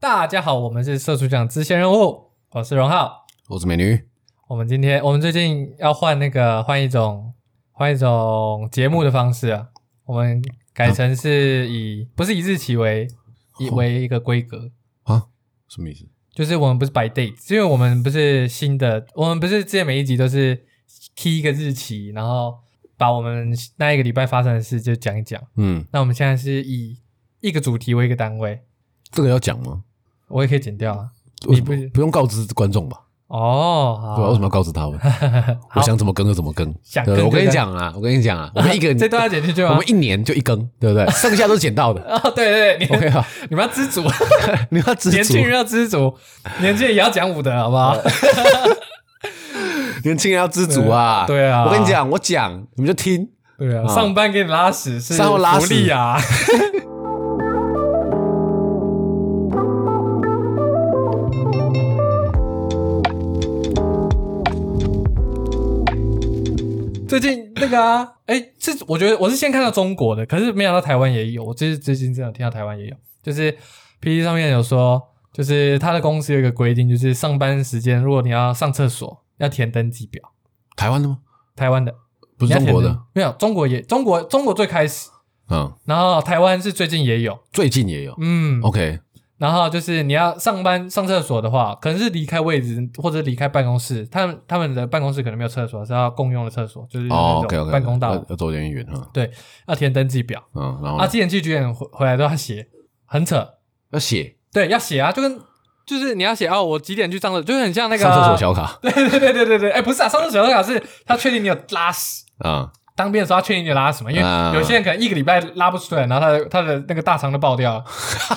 大家好，我们是社畜奖支线任务，我是荣浩。我是美女，我们今天我们最近要换那个换一种换一种节目的方式啊，我们改成是以、不是以日期为以哦为一个规格，什么意思？就是我们不是 by date，因为我们不是新的，我们不是之前每一集都是 key 一个日期，然后把我们那一个礼拜发生的事就讲一讲。嗯，那我们现在是以一个主题为一个单位，这个要讲吗？我也可以剪掉啊。为什么不是不用告知观众吧？哦，好对吧？为什么要告知 他们？我想怎么更就怎么更。想对更我就跟你更讲啊，我跟你讲啊，我们一个这段要剪进去我吗们？一年就一更，对不对？剩下都是捡到的。 哦，对对对，你 OK 啊，你们要知 足，你要 知年足轻，人要知足，年轻人也要讲武德，好不好？年轻人要知足啊。对对啊我跟你讲，我讲你们就听。对啊，啊上班给你拉屎是上班拉福屎利啊。 最近那个啊，哎，是我觉得我是先看到中国的，可是没想到台湾也有。我就是最近真的听到台湾也有，就是 P D 上面有说，就是他的公司有一个规定，就是上班时间如果你要上厕所，要填登记表。台湾的吗？台湾的，不是中国的。，没有中国也中国中国最开始，嗯，然后台湾是最近也有，最近也有。嗯， OK，然后就是你要上班上厕所的话，可能是离开位置或者离开办公室，他们他们的办公室可能没有厕所，是要共用的厕所，就是哦那，OK，OK，种嗯办公大楼要要走点远哈。要填登记表，嗯，然后啊，呢之前去剧院回回来都要写，很扯，要写对，要写啊，就跟就是你要写哦，我几点去上厕，就是很像那个上厕所小卡 对对对对对对，哎，不是啊，上厕所小卡是他确定你有拉屎。啊。当兵的时候要确定你拉什么，因啊为有些人可能一个礼拜拉不出来，然后他的他的那个大肠都爆掉了，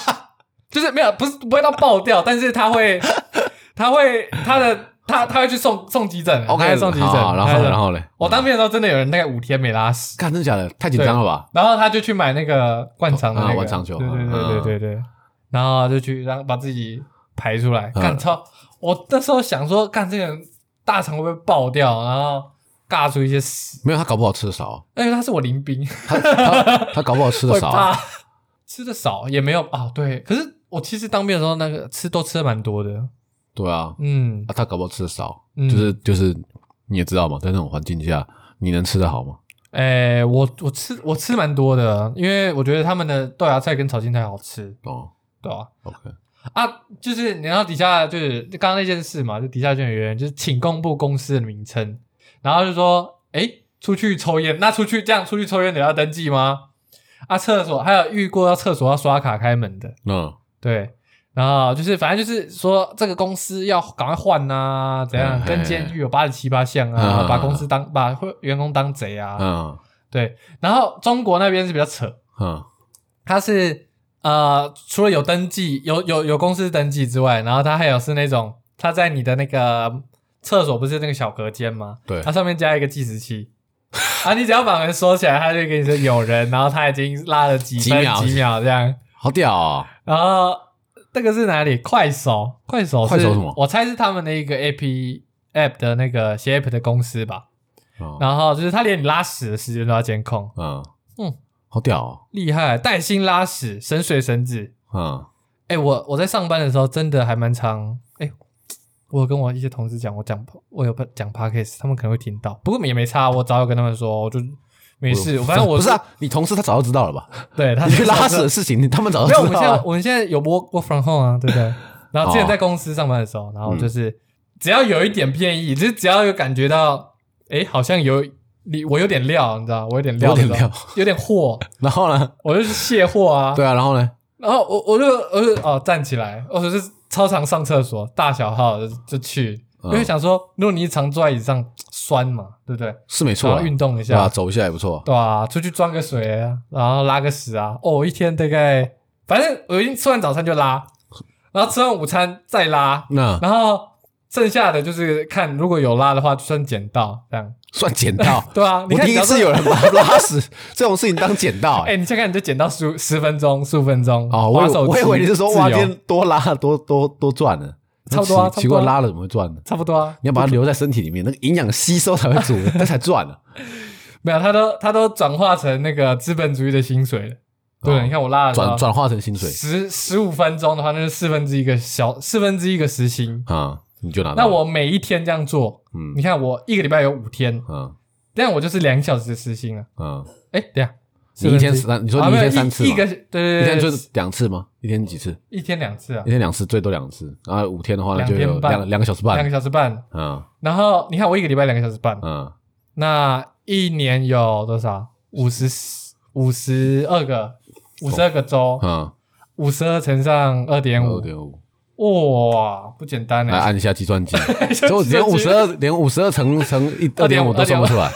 就是没有不是不会到爆掉，但是他会 他会他的他他会去送送急诊他 OK，会送急诊，好好然他后会然后嘞，我当兵的时候真的有人大概五天没拉屎，看真的假的？太紧张了吧？然后他就去买那个灌肠的那啊个灌肠球对对嗯对对对对，然后就去让把自己排出来，嗯干超，我那时候想说干这个人大肠会不会爆掉，然后尬出一些屎，没有，他搞不好吃的少，因为他是我临兵。他他 他搞不好吃的会少怕 啊，吃的少也没有啊。对，可是我其实当兵的时候，那个吃都吃的蛮多的。对啊，嗯啊，他搞不好吃的少，嗯就是就是你也知道嘛，在那种环境下，你能吃得好吗？哎、我我吃我吃蛮多的，因为我觉得他们的豆芽菜跟炒青菜好吃，哦对吧、 ，OK，啊？就是你到底下就是刚刚那件事嘛，就底下就有人就是请公布公司的名称，然后就说，哎、出去抽烟，那出去这样出去抽烟，你要登记吗？啊，厕所还有遇过要厕所要刷卡开门的，嗯，对，然后就是反正就是说这个公司要赶快换呐、怎样嗯跟监狱有八十七八项啊，嗯把公司当把员工当贼啊，嗯对。然后中国那边是比较扯，嗯它是呃除了有登记有有有公司登记之外，然后它还有是那种它在你的那个厕所不是那个小隔间吗？对它上面加一个计时器。 啊！你只要把门锁起来，他就跟你说有人，然后他已经拉了几几分秒几秒这样。好屌哦，然后呃那个是哪里？快手，快手是，快手什么我猜是他们的一个 A P App 的那个写 App 的公司吧。嗯然后就是他连你拉屎的时间都要监控，嗯嗯好屌哦，厉害！带薪拉屎，神水神子。嗯，哎，我我在上班的时候真的还蛮常哎。我有跟我一些同事讲，我讲我有讲 podcast，他们可能会听到，不过也没差，我早有跟他们说，我就没事，反正我不是啊，你同事他早就知道了吧？对他你去拉屎哦的事情，你他们早就没有，我知们道现在了。我们现在有 work work from home 啊，对不 对？然后之前哦在公司上班的时候，然后就是、只要有一点变异，嗯就是只要有感觉到，哎，好像有你我有点料，你知道，我有点料有的点时候，料，有点 货， 然后呢？我就是卸货啊。对啊，然后呢？然后我我就我就哦站起来，我就是超常上厕所，大小号就就去，因为嗯想说，如果你一常坐在椅子上酸嘛，对不对？是没错然啊，后运动一对啊，下，走一下也不错。对啊，出去装个水啊，然后拉个屎啊。哦，我一天大概，反正我已经吃完早餐就拉，然后吃完午餐再拉，那然后剩下的就是看如果有拉的话，就算捡到这样。，算捡到对啊，你 我看第一假设次，有人把 拉屎这种事情当捡到，哎、你先看你就捡到十十分钟、十五分钟哦，我滑以手我以机为你是说自哇，由今天多拉多多多赚呢，差不多啊差不那多奇啊奇怪拉了怎么会赚呢？差不多啊，你要把它留在身体里面，那个营养吸收才会足， 那才赚呢。没有，他都他都转化成那个资本主义的薪水了。对，你看我拉了哦转转化成薪水十十五分钟的话，那是四分之一个小四分之一个时薪。啊，你就拿到那了。我每一天这样做，嗯你看我一个礼拜有五天，嗯这样我就是两小时的时薪啊。嗯，哎，等一下，你一天四分之三，你说啊你一没有天三次一吗一？个对对一天对，就是两次吗？一天几次？一天两次啊一，天两次，最多两次。然后五天的话呢，两就天有半两两个小时两个半。小时半。嗯然后你看我一个礼拜两个小时半，嗯那一年有多少？五十五十二个，五十二个周，嗯，五十二乘上二点二五，点五。啊哇，不简单来哎！ 按一下计算机，下所以我连五计十二连五十二乘乘一二点五都算不出来，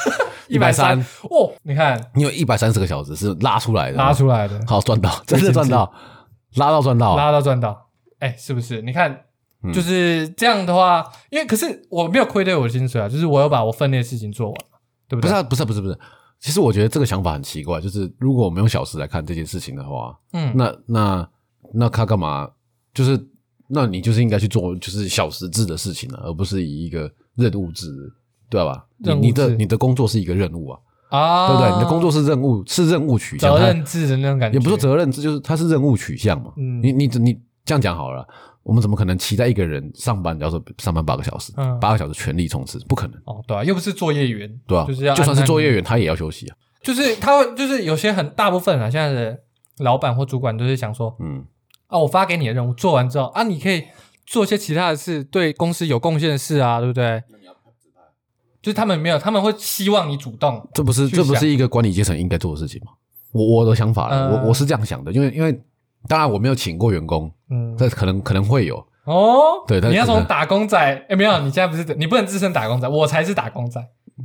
一百130三，哦，你看你有一百三十个小时是拉出来的，拉出来的，好 赚到，真的赚到，拉到赚到，拉到赚到，哎，是不是？你看哦嗯就是这样的话，因为可是我没有亏对我的薪水啊，就是我有把我分内的事情做完嘛，对不不对是？啊不是啊不是不是。其实我觉得这个想法很奇怪，就是如果我们用小时来看这件事情的话，嗯，那那那他干嘛？就是那你就是应该去做就是小时制的事情啊了、而不是以一个任务制，对吧？你任务制你的你的工作是一个任务啊，啊，对不对？你的工作是任务，是任务取向，责它任制的那种感觉，也不是责任制，就是它是任务取向嘛。嗯你你你这样讲好了啦，我们怎么可能期待一个人上班，假如说上班八个小时嗯，八、个小时全力冲刺，不可能，哦，对啊，又不是作业员，对吧、啊就是要就算是按作业按员，他也要休息啊。就是他会，就是有些很大部分啊，现在的老板或主管都是想说嗯啊，我发给你的任务做完之后啊，你可以做些其他的事，对公司有贡献的事啊，对不对？就是他们没有，他们会希望你主动，这不是去这不想是一个管理阶层应该做的事情吗？我我的想法啦，嗯我我是这样想的，因为因为当然我没有请过员工，嗯，这可能可能会有，哦，对但你要可能从打工仔，哎，没有，你现在不是，你不能自称打工仔，我才是打工仔，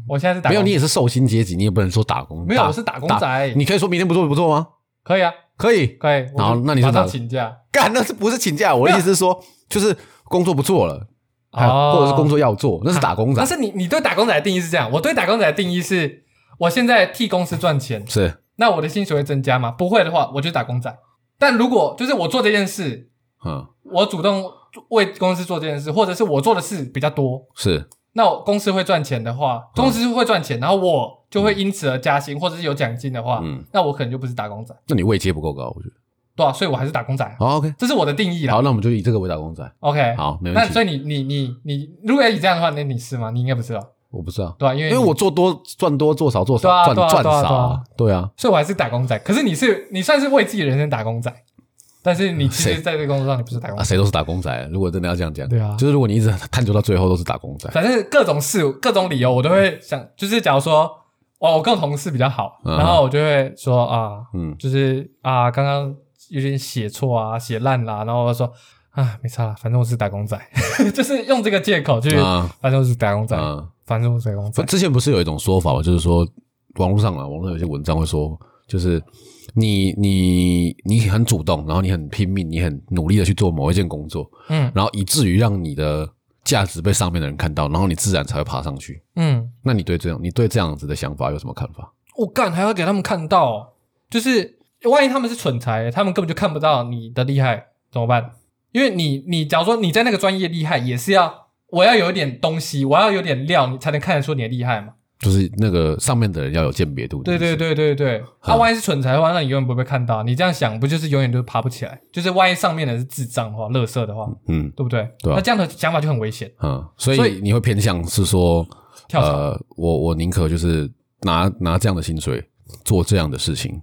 我现在是打没工有你也是受薪阶级，你也不能说打工，没有，打我是打工打仔，你可以说明天不做不做吗？可以啊，可以，可以，然后我就那你是马上哪请假，干那是不是请假？我的意思是说，就是工作不做了，还有哦啊或者是工作要做，那是打工仔但，是你你对打工仔的定义是这样，我对打工仔的定义是，我现在替公司赚钱，是那我的薪水会增加吗？不会的话，我就是打工仔。但如果就是我做这件事，嗯我主动为公司做这件事，或者是我做的事比较多，是那我公司会赚钱的话，公司会赚钱，然后我就会因此而加薪，或者是有奖金的话，嗯那我可能就不是打工仔，那你位阶不够高，我觉得。对啊，所以我还是打工仔啊，好，OK，这是我的定义啦好，。那我们就以这个为打工仔。 OK，好，没哎那问所题。以你你你你，如果要以这样的话，那你是吗？你应该不是哦，我不知道，对吧、因为因为你我做多赚多做少做对啊少赚对啊赚对啊少啊，对啊，所以我还是打工仔。可是你是你算是为自己人生打工仔，但是你其实谁在这个工作上你不是打工啊仔，谁都是打工仔。如果真的要这样讲，对啊就是如果你一直探究到最后都是打工仔，反正各种事各种理由我都会想，就是假如说哦我跟我同事比较好，嗯然后我就会说啊，嗯，就是啊刚刚有点写错啊，写烂啦，然后我就说啊没差啦，反正我是打工仔， 就是用这个借口去，啊反正我是打工仔，啊，反正我是打工仔不，之前不是有一种说法吗？就是说网络上啊，网络上有些文章会说，就是你你你很主动，然后你很拼命，你很努力的去做某一件工作，嗯然后以至于让你的价值被上面的人看到，然后你自然才会爬上去。嗯。那你对这样，你对这样子的想法有什么看法？我、干，还要给他们看到、哦，就是万一他们是蠢材，他们根本就看不到你的厉害，怎么办？因为你，你假如说你在那个专业厉害，也是要我要有一点东西，我要有点料，你才能看得出你的厉害嘛。就是那个上面的人要有鉴别度。对你的对意对思，对对，啊，好万一是蠢材的话，那你永远不会被看到。你这样想，不就是永远都爬不起来？就是万一上面的是智障的话、乐色的话，嗯对不对？对啊那这样的想法就很危险，嗯，所所以以你会偏向是说，跳槽。呃，我我宁可就是拿拿这样的薪水做这样的事情。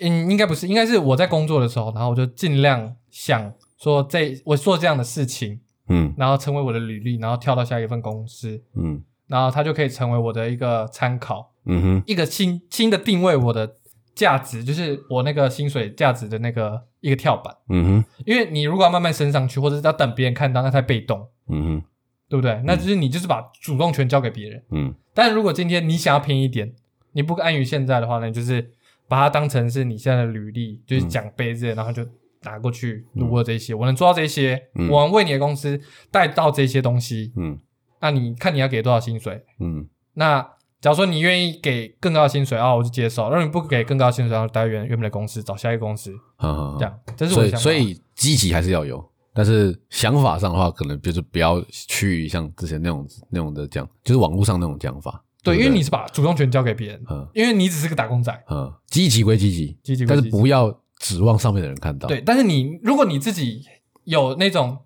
嗯，应该不是，应该是我在工作的时候，然后我就尽量想说这我做这样的事情，嗯然后成为我的履历，然后跳到下一份公司，嗯然后它就可以成为我的一个参考，嗯哼一个新新的定位我的价值，就是我那个薪水价值的那个一个跳板。嗯哼因为你如果要慢慢升上去，或者是要等别人看到，那太被动，嗯哼对不对？那就是你就是把主动权交给别人。嗯但如果今天你想要拼一点，你不安于现在的话呢，你就是把它当成是你现在的履历，就是奖杯之类，然后就拿过去读过这些，我能做到这些，嗯我能为你的公司带到这些东西，嗯那你看你要给多少薪水？嗯那假如说你愿意给更高的薪水啊，我就接受；如果你不给更高的薪水，然后待原原本的公司，找下一个公司，好好好这样，这是我所的以想法。啊所以积极还是要有，但是想法上的话，可能就是不要趋于像之前那种那种的讲，就是网络上那种讲法。对，因对为你是把主动权交给别人嗯，因为你只是个打工仔。嗯，积极归积极，积极归但是积极不要指望上面的人看到。对，但是你如果你自己有那种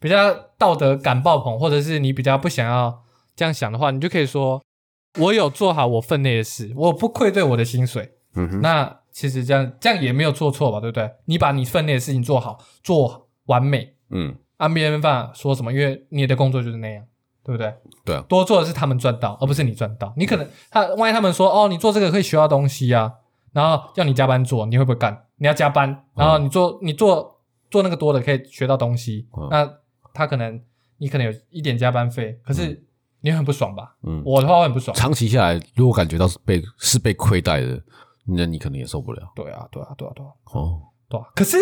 比较道德感爆棚，或者是你比较不想要这样想的话，你就可以说：“我有做好我分内的事，我不愧对我的薪水。”嗯哼，那其实这样这样也没有做错吧，对不对？你把你分内的事情做好，做完美，嗯，啊，别人没办法说什么，因为你的工作就是那样，对不对？对啊，多做的是他们赚到，而不是你赚到。你可能他万一他们说哦，你做这个可以学到东西啊，然后要你加班做，你会不会干？你要加班，然后你做、你做做那个多的可以学到东西，嗯那他可能你可能有一点加班费，可是你会很不爽吧？嗯我的话会很不爽。长期下来，如果感觉到是被是被亏待的，那你可能也受不了对啊，对啊，对啊，对啊。哦。对啊、可是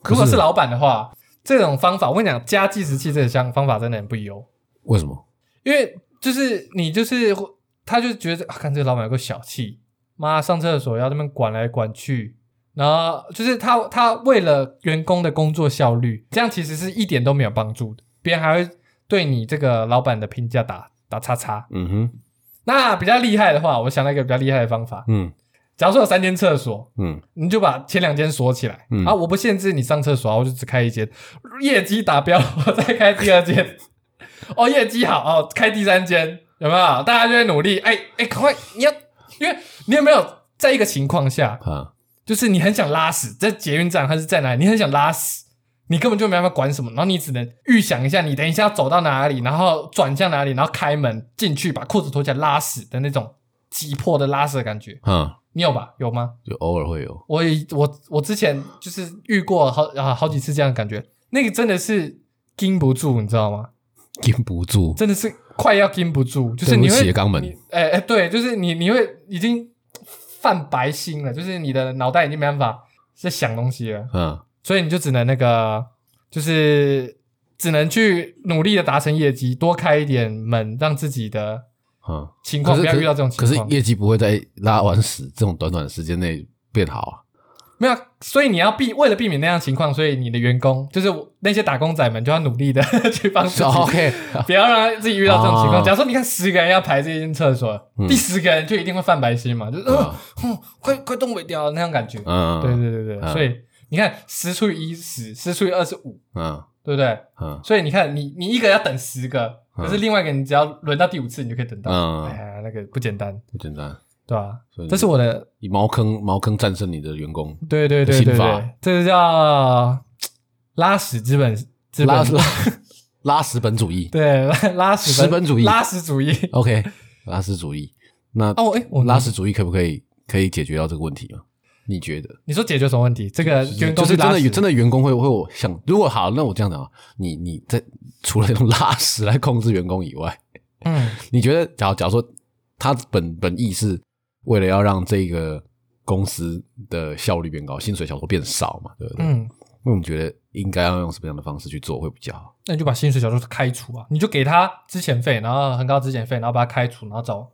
可是如果是老板的话，这种方法我跟你讲，加计时器这个方方法真的很不哦优，为什么？因为就是你就是他就觉得啊，看这个老板有个小气，妈上厕所要这边管来管去。然后就是他，他为了员工的工作效率，这样其实是一点都没有帮助的。别人还会对你这个老板的评价打打叉叉。嗯哼，那比较厉害的话，我想到一个比较厉害的方法：嗯假如说有三间厕所，嗯你就把前两间锁起来、嗯啊！我不限制你上厕所啊，我就只开一间，业绩达标我再开第二间。 哦，业绩好哦，开第三间有没有？大家就会努力，哎哎，赶快！你要，因为你有没有在一个情况下，啊，就是你很想拉屎，在捷运站还是在哪里，你很想拉屎，你根本就没办法管什么，然后你只能预想一下，你等一下要走到哪里，然后转向哪里，然后开门进去，把裤子脱起来拉屎的那种急迫的拉屎的感觉，啊，你有吧？有吗？就偶尔会有，我也我我之前就是遇过好啊好几次这样的感觉，那个真的是禁不住，你知道吗？禁不住，真的是快要禁不住，就是你对不会起肛门你哎哎对，就是你你会已经泛白心了，就是你的脑袋已经没办法在想东西了，嗯所以你就只能那个就是只能去努力的达成业绩，多开一点门，让自己的嗯。情可况是不要遇到这种情可是况。业绩不会在拉完屎这种短短的时间内变好啊。没有啊，所以你要避为了避免那样的情况，所以你的员工就是我那些打工仔们就要努力的 去帮 自己，哦 OK，不要让自己遇到这种情况。哦假如说你看十个人要排这一间厕所，嗯第十个人就一定会犯白心嘛，就是、呃嗯哼快快动尾掉了那种感觉。嗯，对对对对，嗯所以你看十除以一十，十除以二十五，嗯对不对？嗯所以你看你你一个要等十个，嗯可是另外一个你只要轮到第五次你就可以等到，嗯哎呀那个不简单，不简单。对吧、所以你这是我的以茅坑茅坑战胜你的员工，对对对对刑法对，这个叫拉屎资本资本拉拉拉屎本主 义。对拉拉屎资本主义拉屎主义。 OK，拉屎主义。那哦，哎，我拉屎主义可不可以可以解决到这个问题吗？你觉得？你说解决什么问题？这个呃员工就是真的有真的的员工会会有想，如果好，那我这样讲啊，你你在除了用拉屎来控制员工以外，嗯你觉得，假如假如说他本本意是为了要让这个公司的效率变高，薪水小说变少嘛，对不对？嗯，那你觉得应该要用什么样的方式去做会比较好？那你就把薪水小偷开除啊，你就给他资遣费，然后很高资遣费，然后把他开除，然后找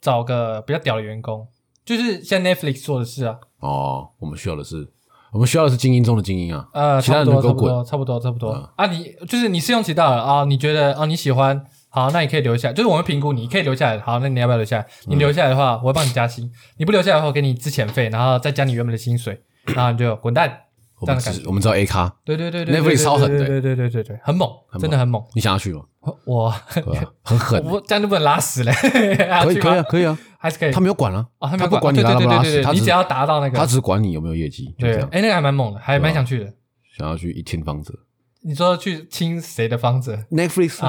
找个比较屌的员工，就是像 Netflix 做的事啊，哦，我们需要的是，我们需要的是精英中的精英啊，呃，其他差人不都多给差不我滚多差不多差不嗯多啊，你就是你试用期到了啊，你觉得啊你喜欢，好，那你可以留下来，就是我们评估你可以留下来，好，那你要不要留下来？嗯你留下来的话，我会帮你加薪；你不留下来的话，我给你之前费，然后再加你原本的薪水，然后你就滚蛋。我这样们的感只觉我们知道 A 咖，对对对对 Netflix 超狠的对对对对对对，很猛，很猛真的很猛。你想要去吗？我对 吧？很狠，我这样就不能拉屎嘞，可 可以可以啊，可以啊，还是可以。他没有管啊，哦，他他们不管你对拉对不对拉对屎，对，他你只只要达到那个，他只管你有没有业绩，就对这，样。哎，那个还蛮猛的，还蛮想去的。想要去一天房子你说去清谁的房子？ ，Netflix 啊，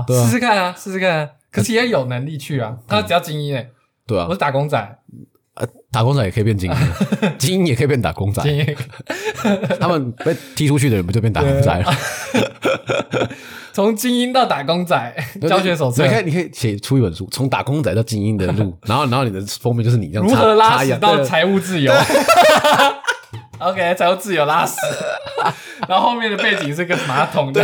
啊，对啊嗯试试看啊，试试看、啊。可是也有能力去啊，他只要精英哎、对啊我，是打工仔，呃，打工仔也可以变 精英，精英也可以变打工仔，精英他们被踢出去的人不就变打工仔了？从精英到打工仔 教学手册你，看，你可以写出一本书，从打工仔到精英的路，然后，然后你的封面就是你这样如插何拉插一屎样到对财务自由。OK，财务自由 拉屎，然后后面的背景是个马桶的，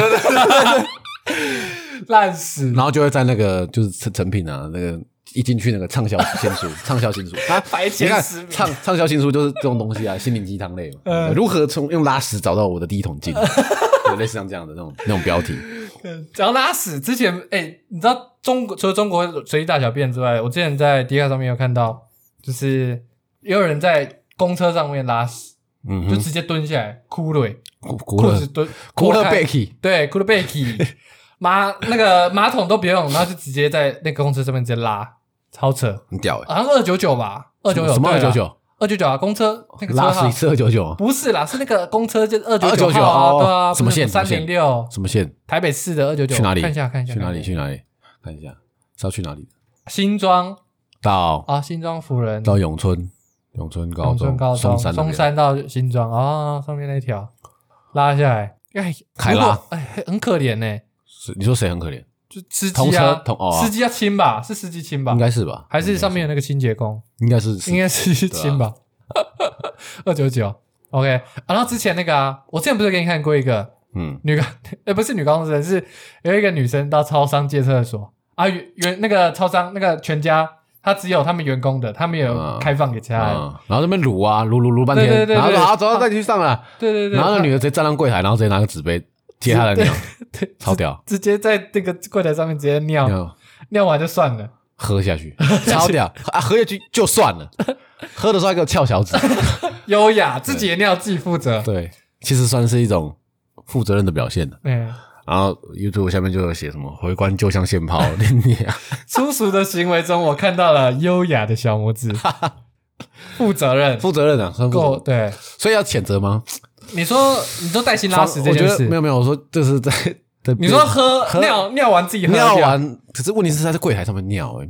烂屎。然后就会在那个就是成成品啊，那个一进去那个畅销新书，畅销新书，他排前你看10名畅畅销新书就是这种东西啊，心灵鸡汤类嘛。嗯如何从用拉屎找到我的第一桶金，对类似像这样的那种那种标题。只要拉屎之前，哎、你知道中国除了中国随地大小便之外，我之前在 D 卡上面有看到，就是也有人在公车上面拉屎，嗯就哼，直接蹲下来哭了，欸古古裤勒子蹲古脱勒开贝奇，对，哭了贝奇，马那个马桶都别用，然后就直接在那个公车上面直接拉，超扯，很屌哎，好像二九九吧，二九九什么二九，九？二九九啊，公车那个车拉屎号一次二九九，不是啦，是那个公车就二九299啊，哦对啊，什么线三零六，什么线？台北市的二九九，去哪里？看一下看一下，去哪看里？一下去哪里？看一下是要去哪里？新庄到啊，新庄辅仁，到永春，永春高永中春，高中，松山那边松山到新庄啊，上面那条拉下来，哎，凯如果拉，哎，很可怜呢，是你说谁很可怜？就司机同车啊，同哦啊，司机要亲吧，是司机亲吧应，该是吧？还是上面有那个清洁工，应该是是啊应该是亲吧， 二九九。OK，、啊、然后之前那个啊，我之前不是给你看过一个嗯女高， 呃，不是女高中生，是有一个女生到超商借厕所啊，员员那个超商那个全家，她只有他们员工的，他们也有嗯开放给其他人，嗯，然后这边撸啊撸撸撸半对对天，对然后对说啊好，走到带你去上了，对对对，然后那她女的直接站上柜台，然后直接拿个纸杯接她的对尿，对超屌， 直接在那个柜台上面直接尿尿尿完就算了，喝下去，超屌啊！喝下去就算 了，喝的时候还给我翘小指，优雅，自己的尿自己负责，对，其实算是一种负责任的表现了。嗯，然后 YouTube 下面就有写什么“回关就像现 抛”，你啊，粗俗的行为中，我看到了优雅的小拇 指，负责任，负责任啊，很负责够对。所以要谴责吗？你说你说带薪拉屎这我觉件得没事，有没有，我说这 是在在你说喝喝尿尿完自己喝尿掉，完，可是问题是他在柜台上面尿哎、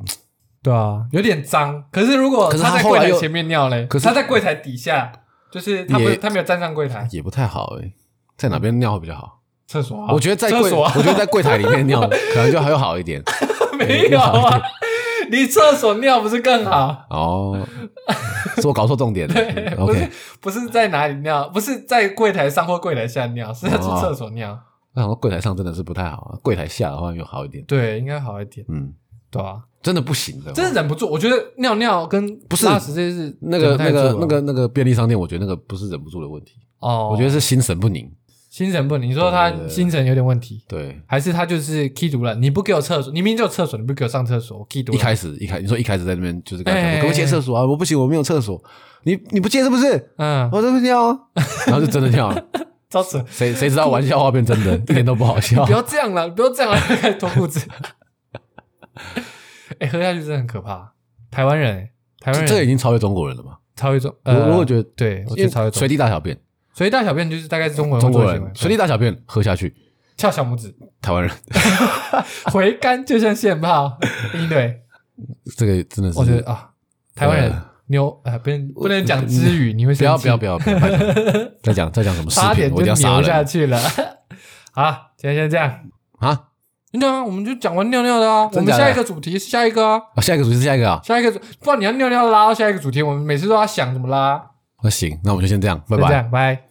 对啊，有点脏。可是如果可是他在后柜来台又前面尿嘞，可是他在柜台底下，就是他不也他没有站上柜台也不太好哎、在哪边尿会比较好？厕所啊，我觉得在厕柜，所啊我觉得在柜台里 面尿可能就还要好一点没有啊， 你厕所尿不是更好？ 哦。是我搞错重点了。嗯不是 OK，不是在哪里尿，不是在柜台上或柜台下尿，是在去哦厕所尿。那好像柜台上真的是不太好啊，柜台下的话又好一点。对，应该好一点，嗯，对啊，真的不行的。真的忍不住。我觉得尿尿跟不是拉屎这件事忍那个不太那住啊了，个那个那个便利商店，我觉得那个不是忍不住的问题，哦，我觉得是心神不宁。心神不宁，你说对对他对心神有点问题，对，还是他就是 key 毒了？你不给我厕所，你明明就有厕所，你不给我上厕所，我 key 毒一了。开始一开你说一开始在那边就是跟他啊哎哎讲，哎给我借厕所啊，我不行，我没有厕所，你你不借是不是？嗯，我这边尿 啊，然后就真的尿了，招扯，谁谁知道玩笑话变真的，一点都不好 笑不。要这样了，不要这样了，开始 脱裤子。哎，喝下去真的很可怕。台湾人，台湾这人这个已经超越中国人了嘛？超一种，我哎呃，我觉得，对，我觉因得为超一随种。地大小便，随地大小便就是大概是中国人中会做国的行为人，随地大小便喝下去，翘小拇指，台湾人 回甘就像现泡，应对。这个真的是，我觉得啊，台湾人对牛啊，不能不能讲之语，你会不生要气不要不要，不要拜托再讲再讲什么视差频，点我就一定要杀牛下人去了。 好，今天先这样。啊！那我们就讲完尿尿的啊，我真们假的下一个主题是下一个啊，啊，下一个主题是下一个啊，下一个主，不然你要尿尿拉到下一个主题，我们每次都要想怎么拉。那行，那我们就先这样，就拜这拜。样，拜。